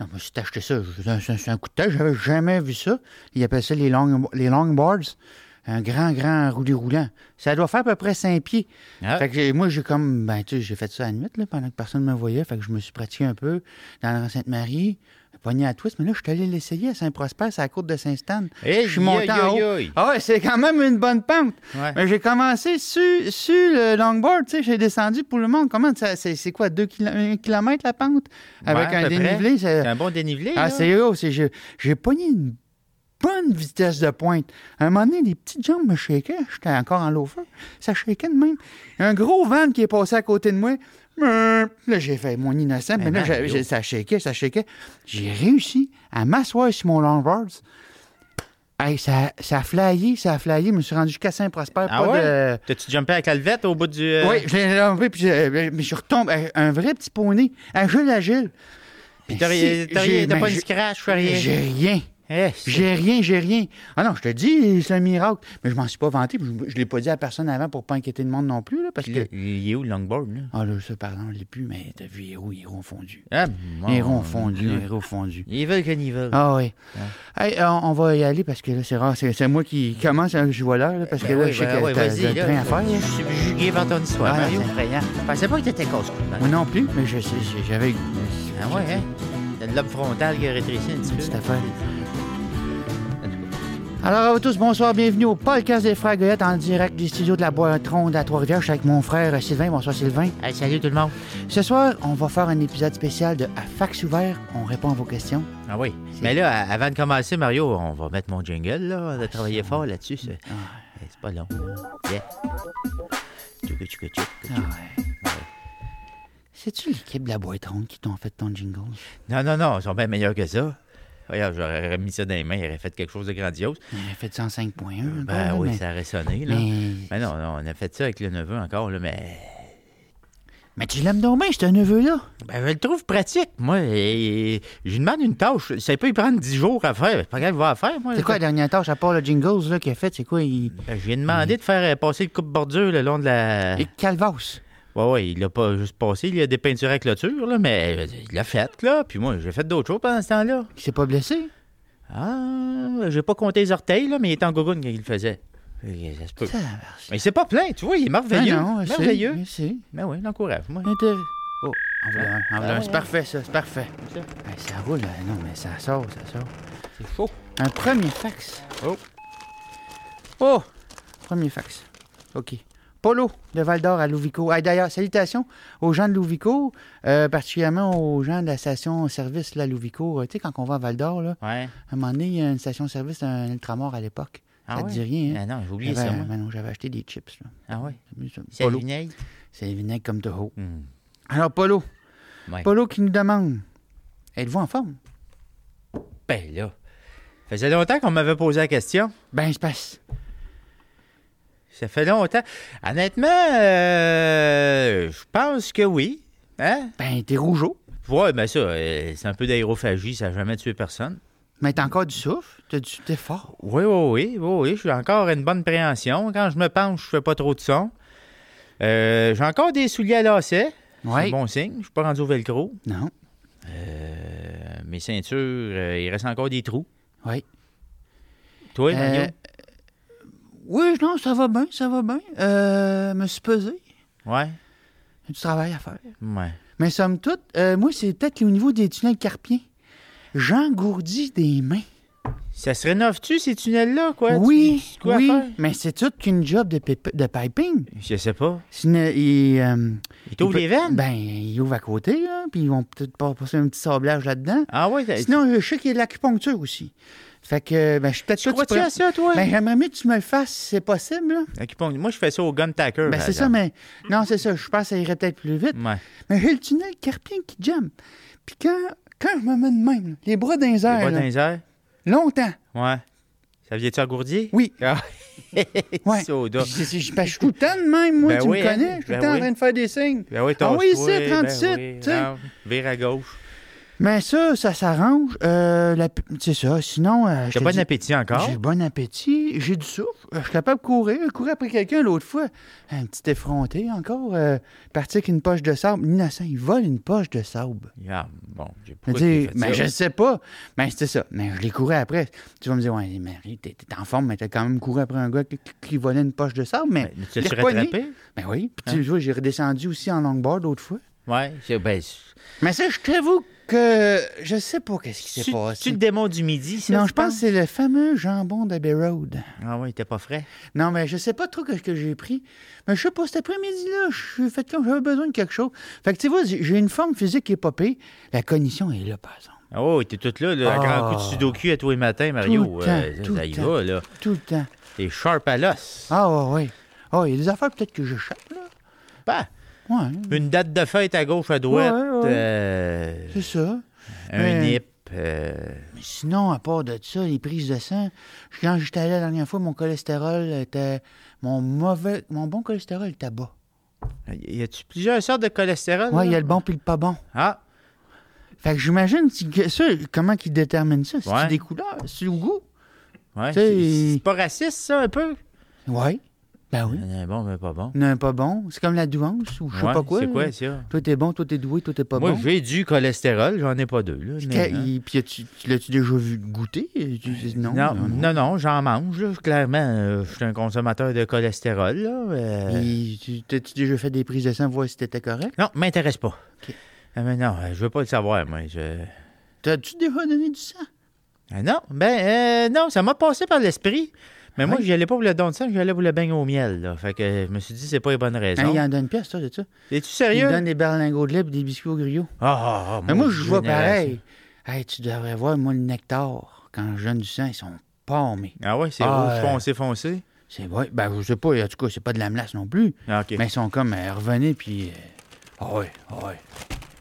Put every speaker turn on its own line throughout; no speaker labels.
Non, moi, j'ai acheté ça. C'est un, c'est un coup de tête. J'avais jamais vu ça. Ils appellent ça les, long, les longboards. Un grand, grand roulé roulant. Ça doit faire à peu près 5 pieds.
Ah.
Fait que j'ai- moi, j'ai comme, ben, tu sais, j'ai fait ça à la nuit, là, pendant que personne ne me voyait. Fait que je me suis pratiqué un peu dans la Sainte-Marie, pogné à twist. Mais là, je suis allé l'essayer à Saint-Prosper, c'est à la côte de Saint-Stan.
Hey,
je suis monté
aïe,
en
aïe,
haut.
aïe.
Ah ouais, c'est quand même une bonne pente.
Ouais.
Mais j'ai commencé sur, sur le longboard, tu sais, j'ai descendu pour le monde. Comment ça, c'est, c'est quoi, 2 km la pente? Avec
Ouais, à
un
peu près.
dénivelé, c'est-
C'est un bon dénivelé.
ah,
là.
c'est haut. c'est- J'ai, j'ai pogné une bonne vitesse de pointe. À un moment donné, les petites jambes me shakaient. J'étais encore en loafer. Ça shakait de même. Un gros van qui est passé à côté de moi. Meuh. Là, j'ai fait mon innocent, mais,
Mais
là,
Mario.
j'ai- j'ai- ça shakait, ça shakait. J'ai réussi à m'asseoir sur mon longboard. Hey, ça, ça a flyé, ça a flyé. Je me suis rendu jusqu'à Saint-Prosper.
Ah
pas
ouais?
de- Euh,
T'as-tu jumpé avec la levette au bout du. euh,
Oui, je l'ai enlevé, puis je, mais je retombe. Hey, Un vrai petit poney. Agile, agile.
Puis t'as rien-
Mais si,
t'as rien-
j'ai-
t'as
mais
pas une
j'ai-
scratch, pas rien.
J'ai rien.
Eh,
J'ai rien, j'ai rien. Ah non, je te dis, c'est un miracle. Mais je m'en suis pas vanté. puis Je, je l'ai pas dit à personne avant pour pas inquiéter le monde non plus, là, parce que.
Il est où le longboard, là?
Ah là, ça, pardon, je l'ai plus, mais t'as vu, héros, héros fondu.
Ah, mon
Héros fondu,
Dieu.
héros fondu.
Ils veulent que n'y veulent.
Ah oui. Hey, on, on va y aller parce que là, c'est rare. C'est c'est moi qui commence, hein, je vois l'heure, là, parce que
Ben
là,
oui,
je sais
ben
que
oui,
t'as
vas-y,
t'as
là.
plein à faire. là.
Je suis jugué par ton histoire,
Ah,
Mario.
c'est effrayant.
Je pensais pas que t'étais casse
Moi non plus, mais je sais, j'avais le goût.
Ah ouais, hein? T'as le lobe frontal qui a rétréci un petit peu.
Cette affaire. Alors à vous tous, bonsoir, bienvenue au podcast des Frères Goyette en direct des studios de la Boîte Ronde à Trois-Rivières. Je suis avec mon frère euh, Sylvain. Bonsoir Sylvain.
Hey, salut tout le monde.
Ce soir, on va faire un épisode spécial de À Fax ouvert. On répond à vos questions.
Ah oui. Mais là, avant de commencer, Mario, on va mettre mon jingle, là. On a travaillé fort là-dessus. ça. Eh, C'est pas long. là. Yeah. Tchouka, tchouka, tchouka,
Ah
tchouka.
C'est-tu l'équipe de la Boîte Ronde qui t'ont fait ton jingle?
Non, non, non, ils sont bien meilleurs que ça. Regarde, j'aurais mis ça dans les mains, il aurait fait quelque chose de grandiose.
On avait fait 105.1.
Ben
bon,
oui,
hein, mais-
ça aurait sonné, là. Mais,
mais...
non, non, on a fait ça avec le neveu encore, là, mais...
mais tu l'aimes donc bien, ce neveu-là.
Ben, je le trouve pratique, moi. Et, et- je lui demande une tâche. Ça peut y prendre 10 jours à faire. C'est pas grave, il va la faire, moi.
C'est quoi la dernière tâche à part le jingles là, qu'il a fait? C'est quoi? Il...
Ben, je lui ai demandé de faire euh, passer le coupe-bordure le long de la...
Et Calvas.
Ouais, ouais, il l'a pas juste passé. Il a dépeinturé la clôture, là, mais euh, il l'a fait, là. Puis moi, j'ai fait d'autres choses pendant ce temps-là.
Il s'est pas blessé?
Ah, j'ai pas compté les orteils, là, mais il était en gogoune quand il le faisait. Et ça se peut.
Ça,
Mais c'est pas plein, tu vois, il est merveilleux.
Ah non, je sais,
merveilleux.
je sais.
Mais oui, l'encourage, moi.
Intéressant. Oh, en voilà un, en voilà un.
Ah,
C'est
ouais.
parfait, ça, c'est parfait.
ça.
Hey, ça roule, hein. non, mais ça sort, ça sort.
C'est chaud.
Un premier fax.
Oh.
Oh! Premier fax. OK. Polo de Val d'Or à Louvico. Hey, D'ailleurs, salutations aux gens de Louvico, euh, particulièrement aux gens de la station-service là, Louvico. Euh, tu sais, quand on va à Val d'Or, là,
Ouais.
à un moment donné, il y a une station-service, un ultramar à l'époque.
Ah
ça te
ouais?
dit rien, hein?
Ah non, j'ai oublié
J'avais-
ça, moi.
ben non, j'avais acheté des chips. Là.
Ah ouais.
C'est
C'est
Polo.
vinaigre.
C'est le vinaigre comme Toho.
Hum.
Alors, Polo.
Ouais.
Polo qui nous demande Êtes-vous en forme
Ben là. Faisait longtemps qu'on m'avait posé la question.
Ben, il se passe.
Ça fait longtemps. Honnêtement, euh, je pense que oui. Hein?
Ben, t'es rougeau,
Ouais, ben ça, euh, c'est un peu d'aérophagie, ça n'a jamais tué personne.
mais t'as encore du souffle, t'as du... t'es fort.
Oui, oui, oui, oui, oui, je suis encore une bonne préhension. Quand je me penche, je fais pas trop de son. Euh, j'ai encore des souliers à lacets. C'est
Ouais.
un bon signe. Je suis pas rendu au velcro.
Non.
Euh, mes ceintures, euh, il reste encore des trous.
Oui.
Toi, Mario?
Euh, Oui, non, ça va bien, ça va bien. Euh, me suis pesé.
Ouais?
Il y a du travail à faire.
Ouais.
Mais somme toute, euh, moi, c'est peut-être au niveau des tunnels carpiens. J'engourdis des mains.
Ça se rénove-tu, ces tunnels-là, quoi?
oui,
Tu- tu- quoi
oui,
faire?
mais c'est tout qu'une job de, pip- de piping.
Je sais pas.
C'est une- il, euh,
Ils t'ouvrent
il peut-
les veines?
Ben, ils ouvrent à côté, là, puis ils vont peut-être pas passer un petit sablage là-dedans.
Ah ouais, t'as-
Sinon, je sais qu'il y a de l'acupuncture aussi. Fait que, ben, je suis peut-être
tu
pas...
crois-tu à ça, toi?
Ben, j'aimerais mieux que tu me le fasses, si c'est possible. là.
Acupuncture. Moi, je fais ça au gun tacker.
Ben,
par
c'est ça,
exemple.
mais... Non, c'est ça, je pense que ça irait peut-être plus vite.
Ouais.
Mais j'ai le tunnel carpien qui jamme. Puis quand, quand je me mets de même, là, les bras dans les
Les
airs,
bras
là,
dans les airs?
longtemps.
Ouais. Ça vient-tu engourdir?
Oui.
Ah.
Ouais.
Soda.
Puis c'est- c'est- ben, je suis tout le temps de même, moi,
Ben
tu
oui,
me
hein,
connais. Je suis tout le
ben
temps en
oui.
train de faire des signes.
Ben oui,
Ah oui,
tasse-toi,
c'est 37,
oui,
tu sais.
ah, Vire à gauche.
Mais ça, ça s'arrange. Euh, la- C'est ça. Sinon, euh, je
J'ai
te
bon
dis-
appétit encore.
J'ai bon appétit, j'ai du souffle, euh, je suis capable de courir. Je courais après quelqu'un l'autre fois, un petit effronté encore, euh, parti avec une poche de sable. L'innocent, il vole une poche de sable.
Ah, bon, j'ai
Je
pourquoi
dis,
t'as fait
mais
ça?
je sais pas, mais c'était ça. Mais je l'ai couru après. Tu vas me dire, ouais, Marie, t'es t'es en forme, mais t'as quand même couru après un gars qui, qui volait une poche de sable, mais.
Mais Ben, Tu
l'ai
t'es
repogné.
rattrapé?
Ben oui, puis tu vois, j'ai redescendu aussi en longboard l'autre fois.
Ouais. j'ai- ben, c'est-
Mais ça, je t'avoue que je sais pas qu'est-ce qui
tu,
s'est passé.
tu le démon du midi, ça,
non,
tu
je pense que c'est le fameux jambon de Bay Road.
Ah oui, il était pas frais.
Non, mais je sais pas trop que, que j'ai pris. Mais je sais pas, cet après-midi-là, je suis fait comme j'avais besoin de quelque chose. Fait que tu vois, j'ai j'ai une forme physique qui est popée. La cognition est là, par exemple.
Ah Oh, t'es tout là, là, à
Ah.
grand coup de sudoku à tous les matins, Mario.
Tout le
Euh,
temps,
ça,
tout
ça
le
y
temps.
va, là.
Tout le temps.
T'es sharp à l'os.
Ah, ouais, ouais. Ah, il y a des affaires peut-être que j'échappe, là.
Bah,
Ouais,
une date de fête à gauche, à droite,
Ouais, ouais.
euh,
c'est ça.
un
Mais-
nip. euh,
Mais sinon, à part de ça, les prises de sang, je- quand j'étais allé la dernière fois, mon cholestérol était. Mon mauvais. Mon bon cholestérol était bas.
y a-tu plusieurs sortes de cholestérol?
Ouais, il y
Ah, là?
a le bon puis le pas bon.
Ah,
Fait que j'imagine si- que ça, comment qu'ils déterminent ça? C'est
Ouais.
des couleurs? C'est le goût?
ouais.
Tu sais,
C'est c'est pas raciste, ça, un peu?
Ouais. Ben oui.
Euh, Bon, mais pas bon.
Il y en a un pas bon. C'est comme la douance ou je sais
Ouais,
pas quoi.
C'est
là.
quoi, ça?
Toi, t'es bon, toi, t'es doué, toi, t'es pas
Moi,
bon.
j'ai du cholestérol, j'en ai pas deux. Là,
Puis
mais,
que-
hein.
il- Puis as-tu- tu l'as-tu déjà vu goûter? Et tu dis non,
Euh, Non,
non, non.
non, non, j'en mange. là. Clairement, euh, je suis un consommateur de cholestérol. Là, euh,
Et tu- T'as-tu déjà fait des prises de sang, voir si t'étais correct?
Non, m'intéresse pas.
Ok.
Ah, mais non, euh, je veux pas le savoir, moi. je-
T'as-tu déjà donné du sang?
Ah, non, ben, euh, non, ça m'a passé par l'esprit. Mais moi,
Ouais.
j'y allais pas pour le don de sang, j'y allais pour le bain au miel. Là. Fait que euh, je me suis dit, c'est pas les bonnes
Hein,
raisons.
il en donne une pièce, toi, de ça.
Es-tu
Il
sérieux?
donne des berlingots de lait et des biscuits au griot.
Ah, ah, ah,
Mais moi,
mon
je vois
génération.
pareil. Hey, tu devrais voir, moi, le nectar. Quand je donne du sang, ils sont pâmés.
Ah ouais, c'est
Ah,
rouge
euh,
foncé, foncé.
C'est vrai. Ben, je sais pas. En tout cas, c'est pas de la melasse non plus.
Ah, OK.
Mais ils sont comme, euh, revenez, puis... euh, Ah ouais, ah ouais.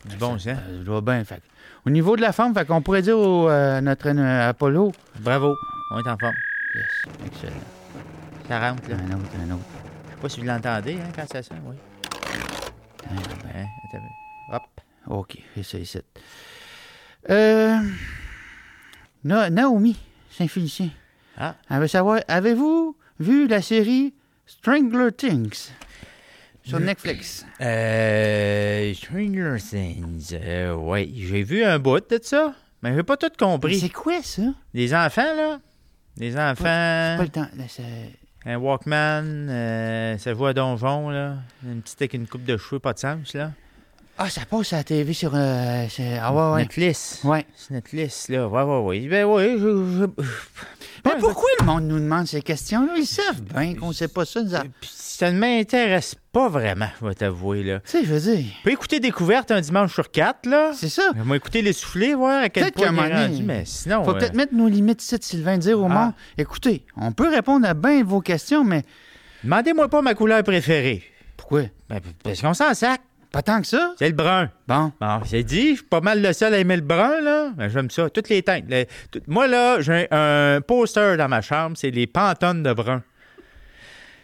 du bon hein? sang.
Euh, je vois bien. Fait. que- Au niveau de la forme, fait qu'on pourrait dire au, euh, notre euh, Apollo.
Bravo, on est en forme.
Yes, excellent.
40, là.
Un autre, un autre.
Je sais pas si vous l'entendez, hein, quand ça sonne, oui.
un autre.
Hein, attends un peu. Hop.
OK, c'est ça, ici. Euh, Na- Naomi Saint-Félicien.
Ah.
Elle veut savoir, avez-vous vu la série Strangler Things sur Netflix?
Euh, Stranger Things. Euh, ouais, j'ai vu un bout de ça, mais j'ai pas tout
Mais
compris.
C'est quoi ça?
Les enfants, là. Les enfants,
Pas le temps. là, c'est-
un Walkman, euh, ça joue à donjon, là. Une petite avec une coupe de cheveux, pas de sens, là.
Ah, ça passe à la TV sur. euh, c'est- Ah ouais, ouais.
Netflix.
Ouais.
C'est Netflix, là. Ouais, ouais, ouais. Ben ouais, je... je-
Mais
Ouais,
pourquoi le monde nous demande ces questions-là? Ils savent bien qu'on sait pas ça. nous a- Tu
Puis ça ne m'intéresse pas vraiment, je vais t'avouer, là.
sais, je veux dire,
Je peux écouter Découverte un dimanche sur quatre, là.
c'est ça.
On va écouter Les Soufflés, voir à quel
Peut-être
point
qu'à un
il est
moment donné,
rendu, mais sinon...
Faut
euh,
peut-être mettre nos limites ici, Sylvain, dire au
Ah.
monde, écoutez, on peut répondre à bien vos questions, mais
Demandez-moi pas ma couleur préférée.
pourquoi?
Ben, parce qu'on s'en sac.
Pas tant que ça?
C'est le brun.
Bon.
Bon, c'est dit, je suis pas mal le seul à aimer le brun, là. Ben, j'aime ça. Toutes les teintes. Les- tout- Moi, là, j'ai un poster dans ma chambre, c'est les pantones de brun.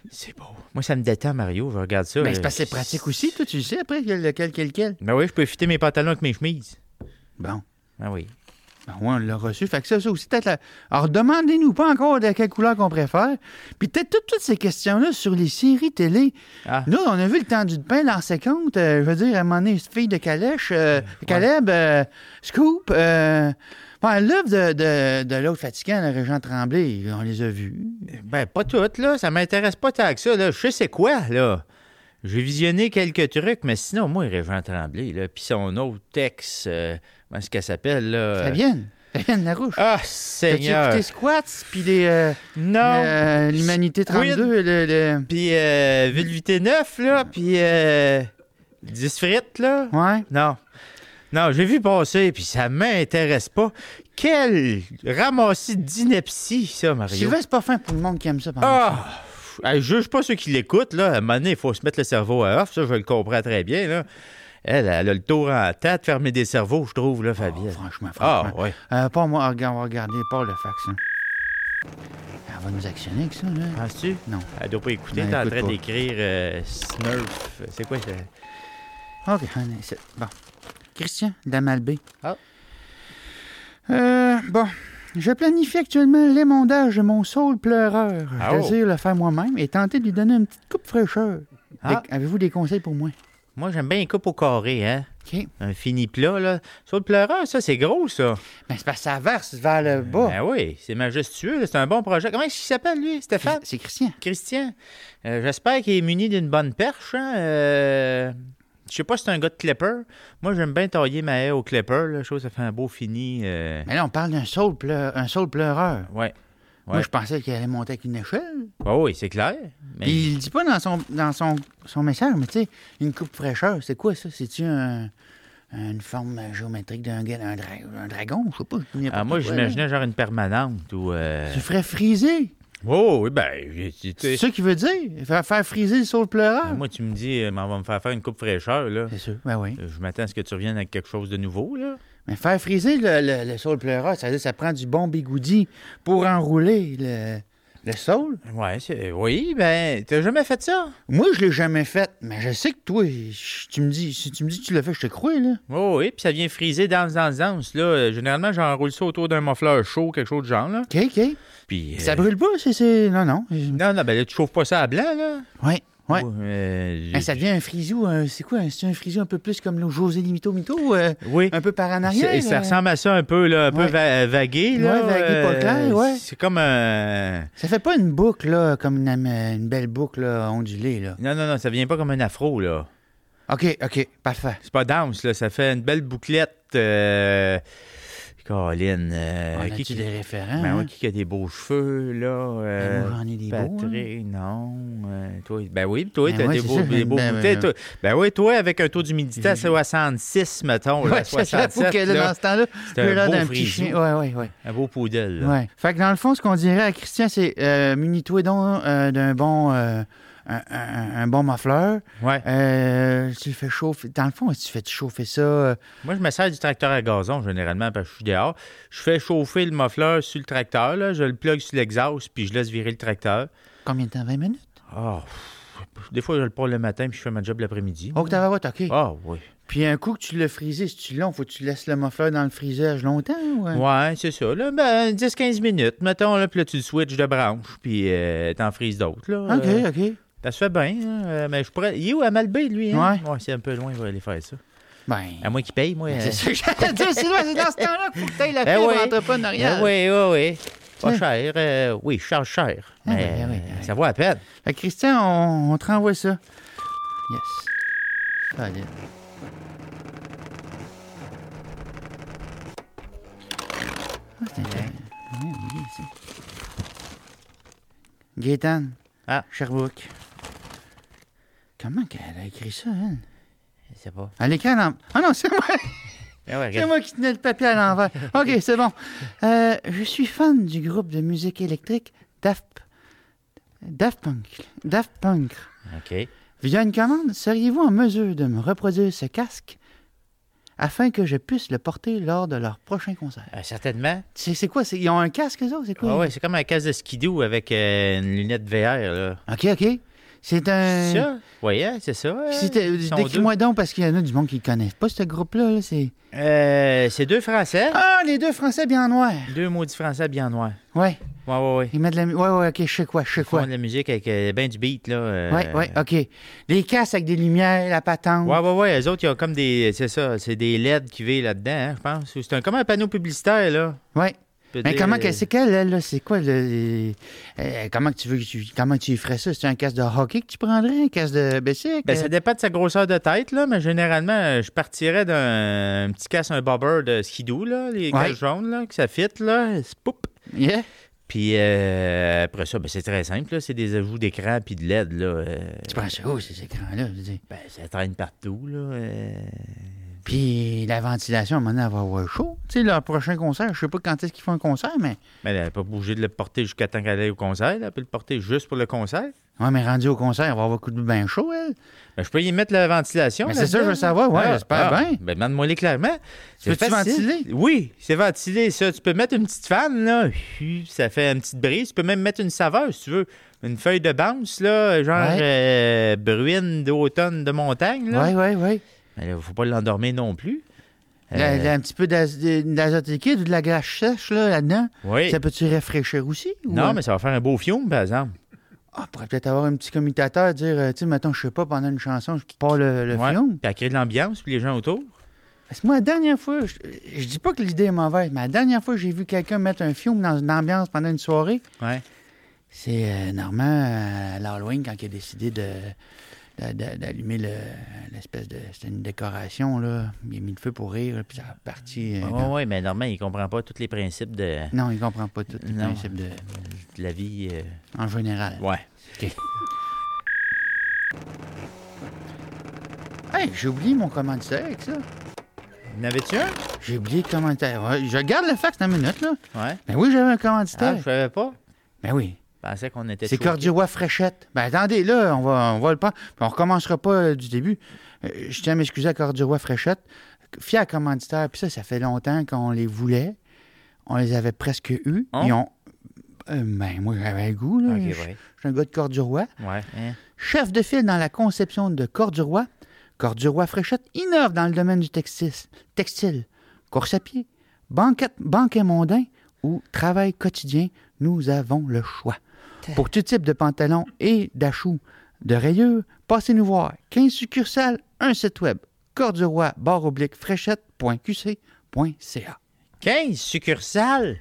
C'est beau. Moi, ça me détend, Mario. Je regarde ça. euh,
Mais
là.
Ben, c'est parce que c'est pratique aussi, toi, tu le sais après, quel- lequel, quel, quel.
Ben oui, je peux fitter mes pantalons avec mes chemises.
Bon.
Ah oui.
Ben ouais, on l'a reçu. Fait que ça, ça aussi, peut-être. la- Alors, demandez-nous pas encore de quelle couleur qu'on préfère. Puis peut-être toutes, toutes ces questions-là sur les séries télé.
Ah.
Nous, on a vu le tendu de pain, l'an 50. euh, je veux dire, à un moment donné, cette fille de Calèche, euh, Caleb, euh, Scoop. Euh, ben, l'œuvre de, de, de l'autre fatigant, le Régent Tremblay, on les a vus.
Ben, pas toutes, là. Ça m'intéresse pas tant que ça, là. Je sais c'est quoi, là. J'ai visionné quelques trucs, mais sinon, moi, Régent Tremblay, là, puis son autre texte, euh, comment est-ce qu'elle s'appelle, là?
Fabienne. Fabienne Larouche.
Ah,
T'as-tu
Seigneur!
écouté Squats, puis les, euh,
Non!
euh, l'Humanité
Squid.
32, le, le-
Puis euh, Velveté 9, là, puis euh, 10 frites, là.
Ouais.
Non. Non, j'ai vu passer, puis ça m'intéresse pas. Quel ramassis d'ineptie, ça, Mario.
Sylvain, c'est pas fin pour le monde qui aime ça. par exemple.
Ah! Pff, hey, Je juge pas ceux qui l'écoutent, là. À un moment donné, il faut se mettre le cerveau à off, ça, je le comprends très bien, là. Elle, elle a le tour en tête, fermer des cerveaux, je trouve, là,
Oh,
Fabienne.
franchement,
Ah,
franchement.
ouais.
Euh, pas moi, regarde, on va regarder, pas le fax. hein. Elle va nous actionner avec ça, là.
Penses-tu?
Non.
Elle doit pas écouter,
Non,
t'es en
écoute
train
pas.
d'écrire euh, Snurf. C'est quoi ça?
OK, on est- c'est- Bon. Christian Damalbé.
Ah.
Euh, bon. Je planifie actuellement l'émondage de mon saule pleureur.
Ah
Je
oh.
désire le faire moi-même et tenter de lui donner une petite coupe fraîcheur.
Ah.
Des- Avez-vous des conseils pour moi?
Moi, j'aime bien les coupes au carré, hein?
OK.
Un fini plat, là. Sur le pleureur, ça, c'est gros, ça.
Ben, c'est parce que ça verse vers le bas.
Ben oui, c'est majestueux, là, c'est un bon projet. Comment est-ce qu'il s'appelle, lui, Stéphane?
C'est- c'est Christian.
Christian. Euh, J'espère qu'il est muni d'une bonne perche, hein? Euh, Je sais pas si c'est un gars de clipper. Moi, j'aime bien tailler ma haie au clipper, là. Je trouve que ça fait un beau fini. euh,
Mais là, on parle d'un saule, pleu- un saule pleureur.
Ouais.
Moi,
Ouais.
je pensais qu'il allait monter avec une échelle.
Ben oui, c'est clair. Mais...
Puis il le dit pas dans son, dans son, son message, mais tu sais, une coupe fraîcheur, c'est quoi ça? C'est-tu un- une forme géométrique d'un gars- un, dra- un dragon? Je sais pas. je dis n'importe
Ah, moi,
quoi, là.
j'imaginais genre une permanente ou. euh,
Tu ferais friser.
Oh, oui, ben, j'ai- tu
C'est
sais.
ça qu'il veut dire. Faire, faire friser le saule pleureur.
Moi, tu me dis, euh, m'en va me faire faire une coupe fraîcheur, là.
C'est sûr, ben oui.
Euh, Je m'attends à ce que tu reviennes avec quelque chose de nouveau, là.
Mais faire friser le, le, le saule pleureur, ça veut dire que ça prend du bon bigoudi pour enrouler le, le saule.
Ouais, c'est... oui, ben, t'as jamais fait ça?
Moi, je l'ai jamais fait, mais je sais que toi, je- tu me dis, si tu me dis que tu l'as fait, je te crois, là.
Oh, oui, puis ça vient friser dans dans dans là. Euh, Généralement, j'enroule ça autour d'un mofleur chaud, quelque chose de genre, là.
OK, OK.
Puis. euh,
Ça brûle pas, c'est- c'est. Non, non.
Non, non, ben là, tu chauffes pas ça à blanc, là.
Ouais, ouais.
Oh, euh,
Hein, ça devient un frisou, euh, c'est quoi? C'est un frisou un peu plus comme le José Limito Mito, euh,
Oui.
un peu par en
Ça,
arrière?
et ça
euh,
ressemble à ça un peu, là, un peu
Ouais.
va- vagué, là. euh,
Ouais, vagué, pas clair, ouais.
C'est comme un.
ça fait pas une boucle, là, comme une, euh, une belle boucle là, ondulée, là.
Non, non, non, ça vient pas comme un afro, là.
OK, OK, parfait.
C'est pas dense, là. Ça fait une belle bouclette. Euh... Colin. euh,
On a-tu
qui, qui-
des référents?
Ben
hein?
ouais, qui a des beaux cheveux, là? euh,
Ben, moi, j'en ai des beaux. hein.
Patrick, non. euh, toi, ben oui, toi,
Ben
t'as
ouais,
des
c'est
beaux,
ça,
des
ben,
beaux
ben,
boutons,
ben,
toi. Ben oui, toi, avec un taux d'humidité à 66, mettons. là,
Ouais, ça, j'avoue
67,
que là,
là,
dans ce temps-là,
c'est
j'ai
un
l'air
beau
d'un petit
frisou,
chien. Ouais, ouais, ouais.
un beau poodle. là.
Ouais. Fait que dans le fond, ce qu'on dirait à Christian, c'est euh, munis-toi donc euh, d'un bon, euh, un, un- un bon mafleur.
Ouais.
Euh, tu le fais chauffer. Dans le fond, tu fais chauffer ça. euh,
Moi, je me sers du tracteur à gazon, généralement, parce que je suis dehors. Je fais chauffer le muffler sur le tracteur, là. je le plug sur l'exhaust, puis je laisse virer le tracteur.
combien de temps 20 minutes
Ah, pff, des fois, je le prends le matin, puis je fais ma job l'après-midi.
Oh, que t'avais votre, OK.
Ah, oui.
Puis un coup que tu l'as frisé, si tu long, faut que tu laisses le muffler dans le friseur longtemps. ou, euh?
Ouais, c'est ça. Là, ben, 10-15 minutes, mettons, là, puis là, tu le switches de branche, puis euh, t'en frises d'autres, là.
OK,
Euh,
OK.
ça se fait bien, hein, euh, mais je pourrais... Il est où, à Malbé, lui, hein?
Ouais.
c'est un peu loin, il va aller faire ça.
Ben.
À moi qui paye, moi. euh,
C'est ça que j'allais dire, Sylvain, c'est dans ce temps-là qu'il faut que tu la
Eh
fibre
oui.
entrepreneuriale.
Eh oui, oui, oui. Pas
Tiens.
cher. euh, oui, je charge cher.
Ah,
Mais
ben, ben, oui,
ça vaut à peine.
Fait que Christian, on, on te renvoie ça. Yes. Allez. Ah, c'est intéressant. Ouais, oui, ça. Gaétan.
Ah.
Sherbrooke. Comment qu'elle a écrit ça, elle?
Je sais pas.
À l'écran, elle en- Ah non, c'est moi!
Ah ouais,
C'est
regarde.
moi qui tenais le papier à l'envers. OK, c'est bon. Euh, je suis fan du groupe de musique électrique Daft, Daft Punk. Daft Punk.
OK.
Via une commande, seriez-vous en mesure de me reproduire ce casque afin que je puisse le porter lors de leur prochain concert?
Ah, certainement.
C'est c'est quoi? c'est- Ils ont un casque, eux autres? C'est quoi?
Ah ouais, c'est comme un casque de skidoo avec euh, une lunette VR, là.
OK, OK. C'est un...
C'est ça? Oui, hein, c'est ça. hein.
C'est- euh,
Ils sont
Décris-moi donc, parce qu'il y en a du monde qui ne connaissent pas ce groupe-là. là, c'est...
deux. Euh, c'est deux Français.
Ah, les deux Français bien en noir.
Deux maudits Français bien noirs.
Ouais,
Ouais, ouais, ouais.
ils mettent de la... mu- Ouais, ouais, OK, je sais quoi, je sais
Ils font
quoi.
de la musique avec euh, ben du beat, là. euh,
Oui, oui, OK. Les casques avec des lumières, la patente.
Ouais, ouais, ouais. Eux autres, ils ont comme des. C'est ça, c'est des LED qui veillent là-dedans, hein, je pense. Ou C'est un, comme un panneau publicitaire, là.
Ouais.
Peut
Mais
dire,
comment
euh,
que- c'est qu'elle, elle, là? C'est quoi le. euh, comment que tu veux que tu. Comment tu ferais ça? C'est un casque de hockey que tu prendrais? Un casque de bicycle?
Ben, ça dépend de sa grosseur de tête, là, mais généralement, euh, je partirais d'un un petit casse, un bobber de skidoo, là,
Ouais.
les caches jaunes, là, que ça fit, là, c'est poup.
Yeah.
Puis euh, après ça, ben, c'est très simple, là, c'est des ajouts d'écran puis de LED, là. euh,
Tu prends ça où, ces écrans-là? je veux dire?
ben, ça traîne partout, là. euh.
Puis la ventilation, à un moment donné, elle va avoir chaud. Tu sais, leur prochain concert, je sais pas quand est-ce qu'ils font un concert, mais.
Ben, elle n'est pas obligée de le porter jusqu'à temps qu'elle aille au concert, là. elle peut le porter juste pour le concert.
Ouais, mais rendu au concert, elle va avoir coup de bain chaud, elle.
Ben, je peux y mettre la ventilation.
Mais c'est ça,
là-dedans,
je veux savoir, ouais,
Ah,
j'espère
ah,
bien.
Ben, demande-moi-les clairement. C'est
Peux-tu
facile.
ventiler?
Oui, c'est ventilé, ça. Tu peux mettre une petite fan, là. Puis, Ça fait une petite brise. Tu peux même mettre une saveur, si tu veux. Une feuille de bounce, là, genre
Ouais.
euh, bruine d'automne de montagne, là.
Ouais, ouais, ouais.
Mais là, faut pas l'endormir non plus.
La-
Euh,
la- un petit peu d'az- de- d'azote liquide ou de la gâche sèche là, là-dedans.
oui.
Ça peut-tu rafraîchir aussi? ou,
Non,
euh,
mais ça va faire un beau fiume, par exemple.
Ah, on pourrait peut-être avoir un petit commutateur, dire, euh, tu sais, mettons, je sais pas, pendant une chanson, je pars le, le
Ouais.
film.
Puis à créer de l'ambiance, puis les gens autour.
Parce que moi, la dernière fois, je, je dis pas que l'idée est mauvaise, mais la dernière fois que j'ai vu quelqu'un mettre un film dans une ambiance pendant une soirée,
Ouais.
c'est euh, Normand euh, à l'Halloween quand il a décidé de de- de- d'allumer le- l'espèce de... C'était une décoration, là. Il a mis le feu pour rire, puis ça a parti. euh,
Oui,
dans-
ouais, mais normalement, il comprend pas tous les principes de,
Non, il comprend pas tout le
Non.
principe de...
de la vie. euh,
En général.
Ouais.
Hey, j'ai oublié mon commanditaire avec ça.
N'avais-tu un?
J'ai oublié le commanditaire. Ouais, je garde le fax dans une minute, là.
Ouais.
Ben oui, j'avais un
Ah,
commanditaire.
je savais pas.
Ben oui.
Je pensais qu'on était
C'est
choqués.
Cœur du Roi Fréchette. Ben attendez, là, on va, on va le prendre. Puis on recommencera pas euh, du début. Euh, je tiens à m'excuser à Cœur du Roi Fréchette. Fier commanditaire, puis ça, ça fait longtemps qu'on les voulait. On les avait presque eus.
Hein?
Ils ont. Euh, ben moi, j'avais le goût, là.
Ok,
je,
ouais.
je suis un gars de Cœur du Roi.
Ouais. hein.
Chef de file dans la conception de Cœur du Roi, Cœur du Roi Fréchette innove dans le domaine du textis- textile, course à pied, banquette, banquet mondain ou travail quotidien. Nous avons le choix. Pour tout type de pantalon et d'achou de rayures, passez-nous voir. 15 succursales, un site web. Cœur du Roi, barre oblique, fréchette.qc.ca.
15 succursales?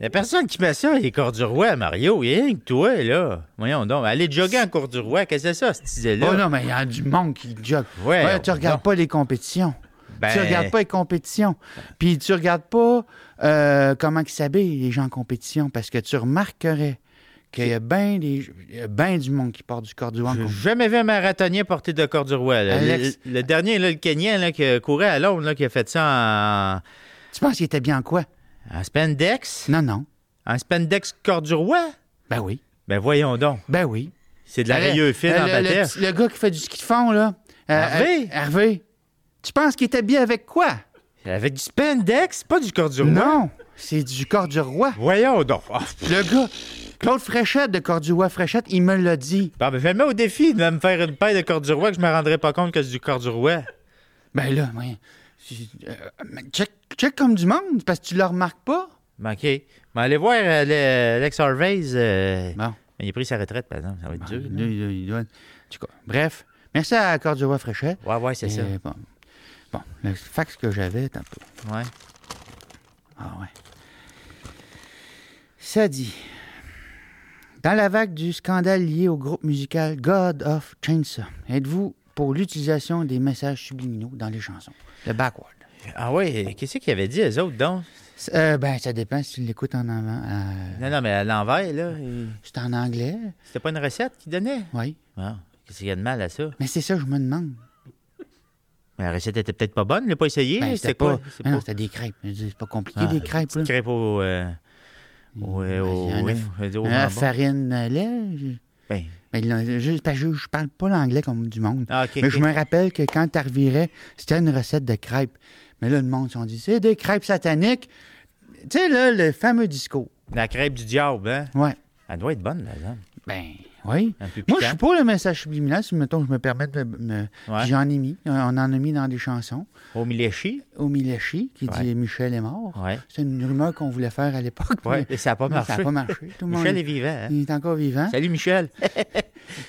La personne qui met ça, il est Cours du Roi, Mario. Il y a rien que toi, là. Voyons donc. Allez jogger en Cours du Roi. Qu'est-ce que c'est ça, cette idée-là?
Oh non, mais il y a du monde qui jogue.
Ouais,
Ouais, tu regardes
non.
pas les compétitions.
Ben,
Tu regardes pas les compétitions. Puis tu regardes pas euh, comment ils s'habillent, les gens en compétition, parce que tu remarquerais qu'il y a bien ben du monde qui part du corps du roi en
Ben, J'ai
compétition.
jamais vu un marathonien porter de corps du roi. là. Le,
Alex-
le dernier, là, le Kenyan, là, qui courait à Londres, là, qui a fait ça en,
Tu penses qu'il était bien en quoi?
en spandex.
Non, non.
En spandex corps du roi?
Ben oui.
Ben voyons donc.
Ben oui.
C'est de la
Euh,
rayeux fine
euh, le,
en
le
bataille.
petit- le gars qui fait du ski de fond, là. Euh,
Hervé?
euh, Hervé. Tu penses qu'il était bien avec quoi?
Avec du spandex, pas du corps du roi.
Non. C'est du corps du roi.
Voyons donc. Ah,
Le gars, Claude Fréchette de Corps du Roi Fréchette, il me l'a dit.
Bon, ben, fais-moi au défi de me faire une paire de corps du roi que je me rendrais pas compte que c'est du corps du roi.
Ben là, ouais. Euh, mais check, check comme du monde, parce que tu le remarques pas.
Ben, OK. Ben, allez voir euh, le- Lex Harvey. euh,
Bon. Ben,
Il a pris sa retraite, par exemple. Ça va être dur.
Il doit- il doit- il doit- en tout cas, bref, merci à Cœur du Roi Fréchette.
là. Ouais, ouais, c'est ça.
Et Bon, bon, le fax que j'avais tantôt.
Ouais.
Ah ouais. Ça dit. Dans la vague du scandale lié au groupe musical God of Chainsaw, êtes-vous pour l'utilisation des messages subliminaux dans les chansons? Le backward.
Ah ouais, qu'est-ce qu'ils avaient dit, les autres, donc?
C'est- euh, ben, ça dépend si tu l'écoutes en avant. euh,
Non, non, mais à l'envers, là, il-
c'est en anglais,
c'était pas une recette qu'ils donnaient?
oui.
Ah, qu'est-ce qu'il y a de mal à ça?
Mais c'est ça, je me demande.
Mais la recette était peut-être pas bonne, il l'a pas essayé.
Ben,
c'était
c'était
quoi?
pas.
C'est
Ben non,
pas-
c'était des crêpes. Je veux dire, C'est pas compliqué,
Ah,
des crêpes, là.
Petite crêpe au... euh, au, euh,
Ben,
au-
il y en a-
oui, on va dire au
Ah,
jambon.
farine, euh, lait. je-
Ben,
Mais là, je, parce que je, je parle pas l'anglais comme du monde.
Ah, ok,
Mais
ok.
je me rappelle que quand tu revirais, c'était une recette de crêpes. Mais là, le monde, ils ont dit, c'est des crêpes sataniques. Tu sais, là, le fameux discours.
La crêpe du diable, hein?
Ouais.
Elle doit être bonne, la dame.
Ben, oui.
Un peu
Moi, je suis
piquante.
pour le message subliminal, si, mettons, je me permets de me- me...
Ouais.
puis J'en ai mis. euh, On en a mis dans des chansons.
Au Milechi?
Omilechi, qui
Ouais.
dit Michel est mort.
Ouais.
C'est une rumeur qu'on voulait faire à l'époque.
Ouais,
mais
et ça n'a pas
Ça
marché.
n'a pas marché. Tout le monde-
Michel est vivant, hein?
Il est encore vivant.
Salut, Michel.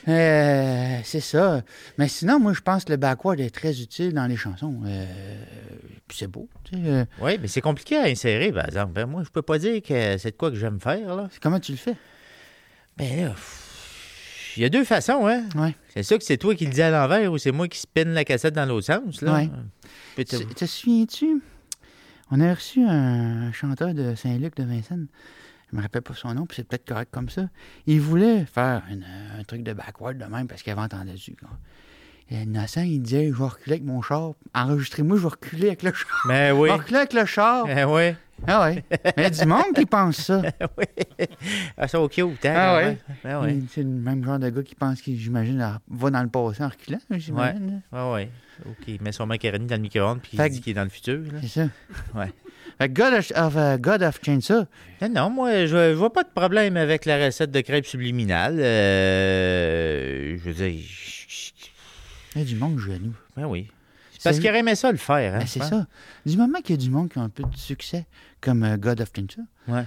Euh, c'est ça. Mais sinon, moi, je pense que le backward est très utile dans les chansons. Euh, puis c'est beau. tu sais, euh,
Oui, mais c'est compliqué à insérer, par exemple. Ben, moi, je peux pas dire que c'est de quoi que j'aime faire, là.
comment tu le fais?
Ben là, pff, il y a deux façons, hein?
Ouais.
C'est sûr que c'est toi qui le dis à l'envers ou c'est moi qui spinne la cassette dans l'autre sens, là?
Ouais.
Puis
Tu
t'as-
te souviens-tu? On avait reçu un chanteur de Saint-Luc de Vincennes. Je me rappelle pas son nom, puis c'est peut-être correct comme ça. Il voulait faire une- un truc de backward de même parce qu'il avait entendu. quoi. Et Innocent, il disait Je vais reculer avec mon char. Enregistrez-moi, je vais reculer avec le char.
Mais Ben oui.
Je vais reculer avec le char.
Eh oui.
Ah ouais. Mais il y a du monde qui pense ça.
Ah, ça, au cute, hein?
Ah
quand
ouais.
même. Ben oui.
Il- C'est le même genre de gars qui pense qu'il, j'imagine, en- va dans le passé en reculant, j'imagine. là.
Ah ouais. OK, il met son macaroni dans le micro-ondes puis il
Fait
dit
que-
qu'il est dans le futur. là.
C'est ça.
Ouais.
Fait que God of, of, euh, God of Chainsaw,
Non, non, moi, je, je vois pas de problème avec la recette de crêpes subliminales. Euh, je veux dire, je- je-
il y a du monde genou.
ben oui. Parce
C'est-
qu'il aurait aimé ça le faire. hein,
Ben,
je
c'est
pense.
ça. Du moment qu'il y a du monde qui a un peu de succès, comme euh, God of Tinta,
Ouais.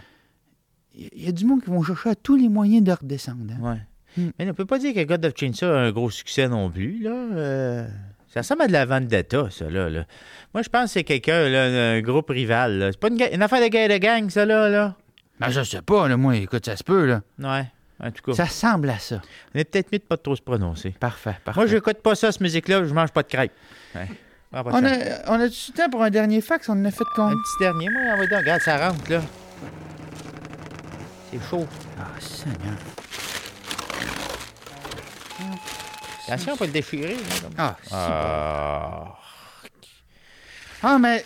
il y a du monde qui vont chercher à tous les moyens de redescendre. hein.
Ouais.
Hmm.
Mais on peut pas dire que God of Chainsaw a un gros succès non plus, là. Euh, Ça ressemble à de la vendetta, ça, là. là. Moi, je pense que c'est quelqu'un, là, un groupe rival, là. C'est pas une, ga- une affaire de guerre de gang, ça, là, là.
Ben, je sais pas, là, moi, écoute, ça se peut, là.
Ouais, en tout cas.
Ça ressemble à ça.
On est peut-être mieux de pas trop se prononcer.
Parfait, parfait.
Moi, j'écoute pas ça, cette musique-là, je mange pas de crêpes. Ouais. Ah, pas de
on
chance.
a, on a du temps pour un dernier fax, on en a fait
Un
combien?
petit dernier, moi, envoie donc. Regarde, ça rentre, là. C'est chaud.
Ah, Seigneur.
Attention, on peut le déchirer. là, comme-
Ah, si.
Ah,
Ah, mais.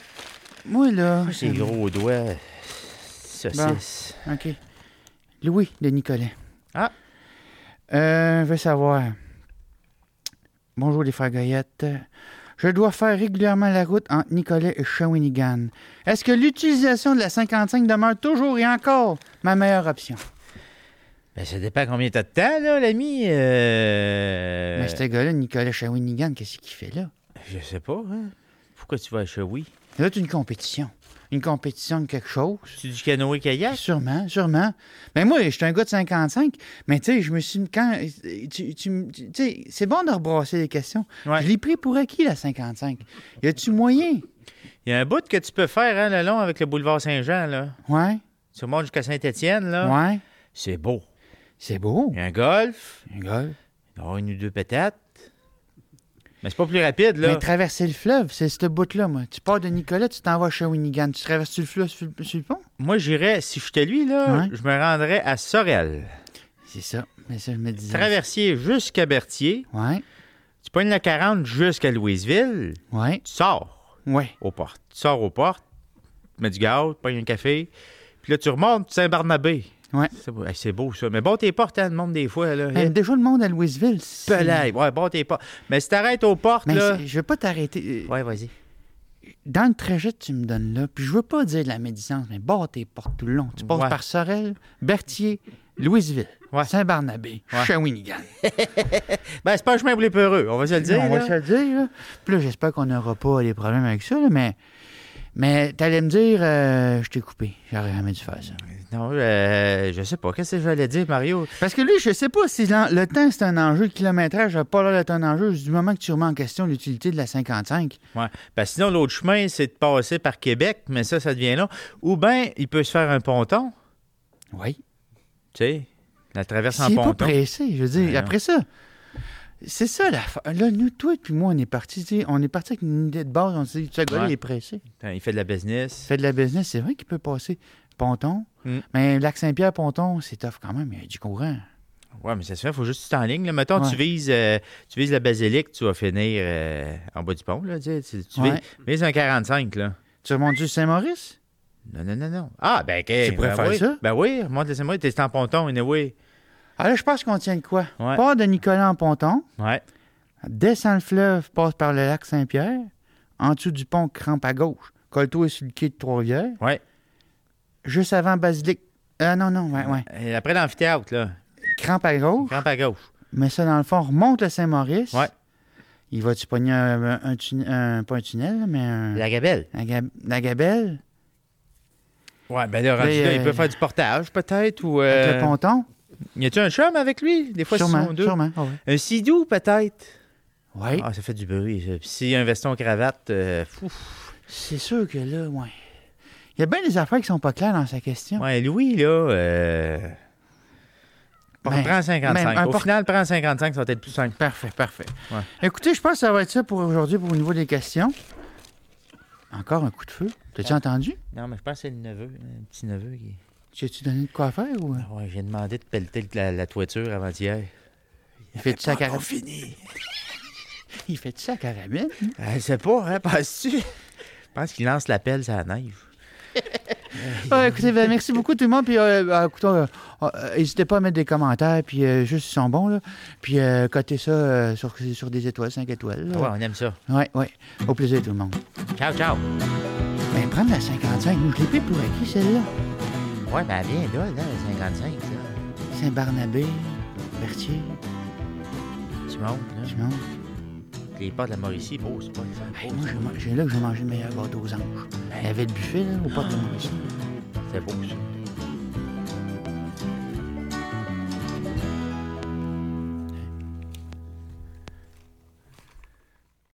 Moi, là.
ces Ah, gros doigts. Saucisse.
OK. Louis de Nicolet.
Ah.
Euh, veut savoir. Bonjour les frères Goyette. Je dois faire régulièrement la route entre Nicolet et Shawinigan. Est-ce que l'utilisation de la 55 demeure toujours et encore ma meilleure option?
Euh. Ben, ça dépend combien t'as de temps, là, l'ami. Euh...
Mais ce gars-là, Nicolet Shawinigan, qu'est-ce qu'il fait là?
Je sais pas, hein. Pourquoi tu vas à Chewy?
Il y a une compétition. Une compétition de quelque chose.
C'est du canoë-kayak?
Ah, Sûrement, sûrement. Mais moi, je suis un gars de 55, mais tu sais, je me suis. Quand, tu, tu me- tu- tu sais, c'est bon de rebrasser les questions.
Ouais.
Je l'ai pris pour acquis, la 55. Y a-tu moyen?
Il y a un bout que tu peux faire, hein, le long avec le boulevard Saint-Jean, là.
Ouais,
Tu remontes jusqu'à Saint-Étienne, là.
ouais.
C'est beau.
C'est beau.
Il y a un golf,
Un gars.
il y aura une ou deux pétates. Mais c'est pas plus rapide, là.
Mais traverser le fleuve, c'est ce bout-là, moi. Tu pars de Nicolas, tu t'en vas à Shawinigan. Tu traverses le fleuve sur, le- sur le pont?
Moi, j'irais, si j'étais lui, là,
Ouais.
je me rendrais à Sorel.
C'est ça. Mais ça, je me disais.
Traversier jusqu'à Berthier.
Ouais,
Tu pognes la 40 jusqu'à Louisville.
ouais,
Tu sors.
ouais.
aux portes. Tu sors aux portes, tu mets du gaz, tu pognes un café, puis là, tu remontes Saint-Barnabé.
Ouais.
C'est beau, Hey, c'est beau, ça. Mais bon, tes portes, hein, le monde, des fois, là.
Mais
Hey,
déjà, le monde à Louisville, c'est.
pelay. Ouais, bon, tes portes. Mais si t'arrêtes aux portes,
Mais
là.
c'est- je veux pas t'arrêter. Euh,
Ouais, vas-y.
Dans le trajet que tu me donnes là, puis je veux pas dire de la médisance, mais barre tes portes tout le long. Tu passes
Ouais.
par Sorel, Berthier, Louisville,
Ouais.
Saint-Barnabé,
Ouais.
Shawinigan.
Ben, c'est pas un chemin pour les peureux, on va se le dire.
on va
là.
se le dire. Là. Puis là, j'espère qu'on n'aura pas des problèmes avec ça, là, mais. Mais t'allais me dire, euh, je t'ai coupé. J'aurais jamais dû faire ça.
Non, euh, je sais pas. Qu'est-ce que j'allais dire, Mario?
Parce que lui, je sais pas si l'en- le temps c'est un enjeu, le kilométrage n'a pas l'air d'être un enjeu du moment que tu remets en question l'utilité de la 55.
Ouais. Ben, sinon, l'autre chemin, c'est de passer par Québec, mais ça, ça devient long. Ou bien, il peut se faire un ponton,
Oui.
tu sais, la traverse en
C'est pas
ponton.
pressé, je veux dire.
Ouais, Ben, non.
après ça, c'est ça la fa- Là, nous, toi et puis moi, on est partis, tu sais, on est partis avec une idée de base. On s'est dit, ce gars-là,
Ouais.
il est pressé.
Attends, Hein, Il fait de la business.
Il fait de la business, c'est vrai qu'il peut passer ponton.
Mm.
Mais Lac-Saint-Pierre, ponton, c'est tough quand même. Il y a du courant.
Oui, mais ça se fait, il faut juste que tu t'en ligne. là. Mettons,
Ouais.
tu, vises, euh, tu vises la basilique, tu vas finir euh, en bas du pont. Là, tu sais, tu tu
Ouais.
vises, vises un 45. Là.
Tu remontes du Saint-Maurice?
Non, non, non, non. Ah, ben, OK. Tu
pourrais
ben,
faire
oui.
ça?
Ben oui, remonte le moi t'es en ponton, anyway.
Ah là, je pense qu'on tient de quoi?
Ouais.
Part de Nicolas en ponton,
Ouais.
descend le fleuve, passe par le lac Saint-Pierre, en dessous du pont, crampe à gauche. Colto est sur le quai de Trois-Rivières.
Ouais.
Juste avant Basilique. Ah non, non, ouais, ouais.
Et Euh, après l'amphithéâtre, là,
Crampe à gauche.
rampe à gauche.
Mais ça, dans le fond, on remonte le Saint-Maurice.
Ouais.
Il va-tu pogner un, un, tun- un- pas un tunnel, mais un,
La gabelle.
un gab- la gabelle
Ouais, ben là, rendu
Mais,
là, il
euh,
peut faire du portage, peut-être, ou...
avec
euh,
le ponton?
Y a-tu un chum avec lui? Des fois, ils
sûrement,
sont deux.
sûrement. ah ouais.
Un sidou, peut-être?
Ouais.
Ah, ça fait du bruit. ça. Puis s'il y a un veston-cravate, euh, fou.
C'est sûr que là, ouais. Il y a bien des affaires qui sont pas claires dans sa question.
Ouais, Louis, là. Euh... prend-
Ben,
prend 55.
ben, un
Au
por-
final, prend 55, ça va être plus simple.
Parfait, parfait.
Ouais.
Écoutez, je pense que ça va être ça pour aujourd'hui, pour le niveau des questions. Encore un coup de feu. T'as-tu entendu?
Non, mais je pense que c'est le neveu, un petit neveu. Qui...
Tu as-tu donné de quoi faire ou... euh,
Ouais, j'ai demandé de pelleter la, la toiture avant-hier.
Il fait-tu ça à
On
carabine?
finit.
Il fait-tu ça à carabine?
Je sais pas, hein, penses-tu? Je pense qu'il lance la pelle sur la neige.
Ah, écoutez, ben, merci beaucoup tout le monde. Puis, euh, ben, écoutez, euh, euh, n'hésitez pas à mettre des commentaires, puis euh, juste ils sont bons, là. Puis, euh, cotez ça euh, sur, sur des étoiles, 5 étoiles.
Ouais,
là.
on aime ça.
Ouais, ouais. Au plaisir tout le monde.
Ciao, ciao.
Ben, prendre la 55, nous, je l'ai pris pour acquis, celle-là.
Ouais, ben bien là, là, le 55, là.
Saint-Barnabé, Berthier,
Tu montes, là.
je monte.
les portes de la Mauricie, beau, c'est pas ça.
Hey, moi, j'ai man- j'ai là que j'ai mangé le meilleur gâteau aux anges. Il y avait le buffet, là, au pot de la Mauricie.
C'est beau, ça.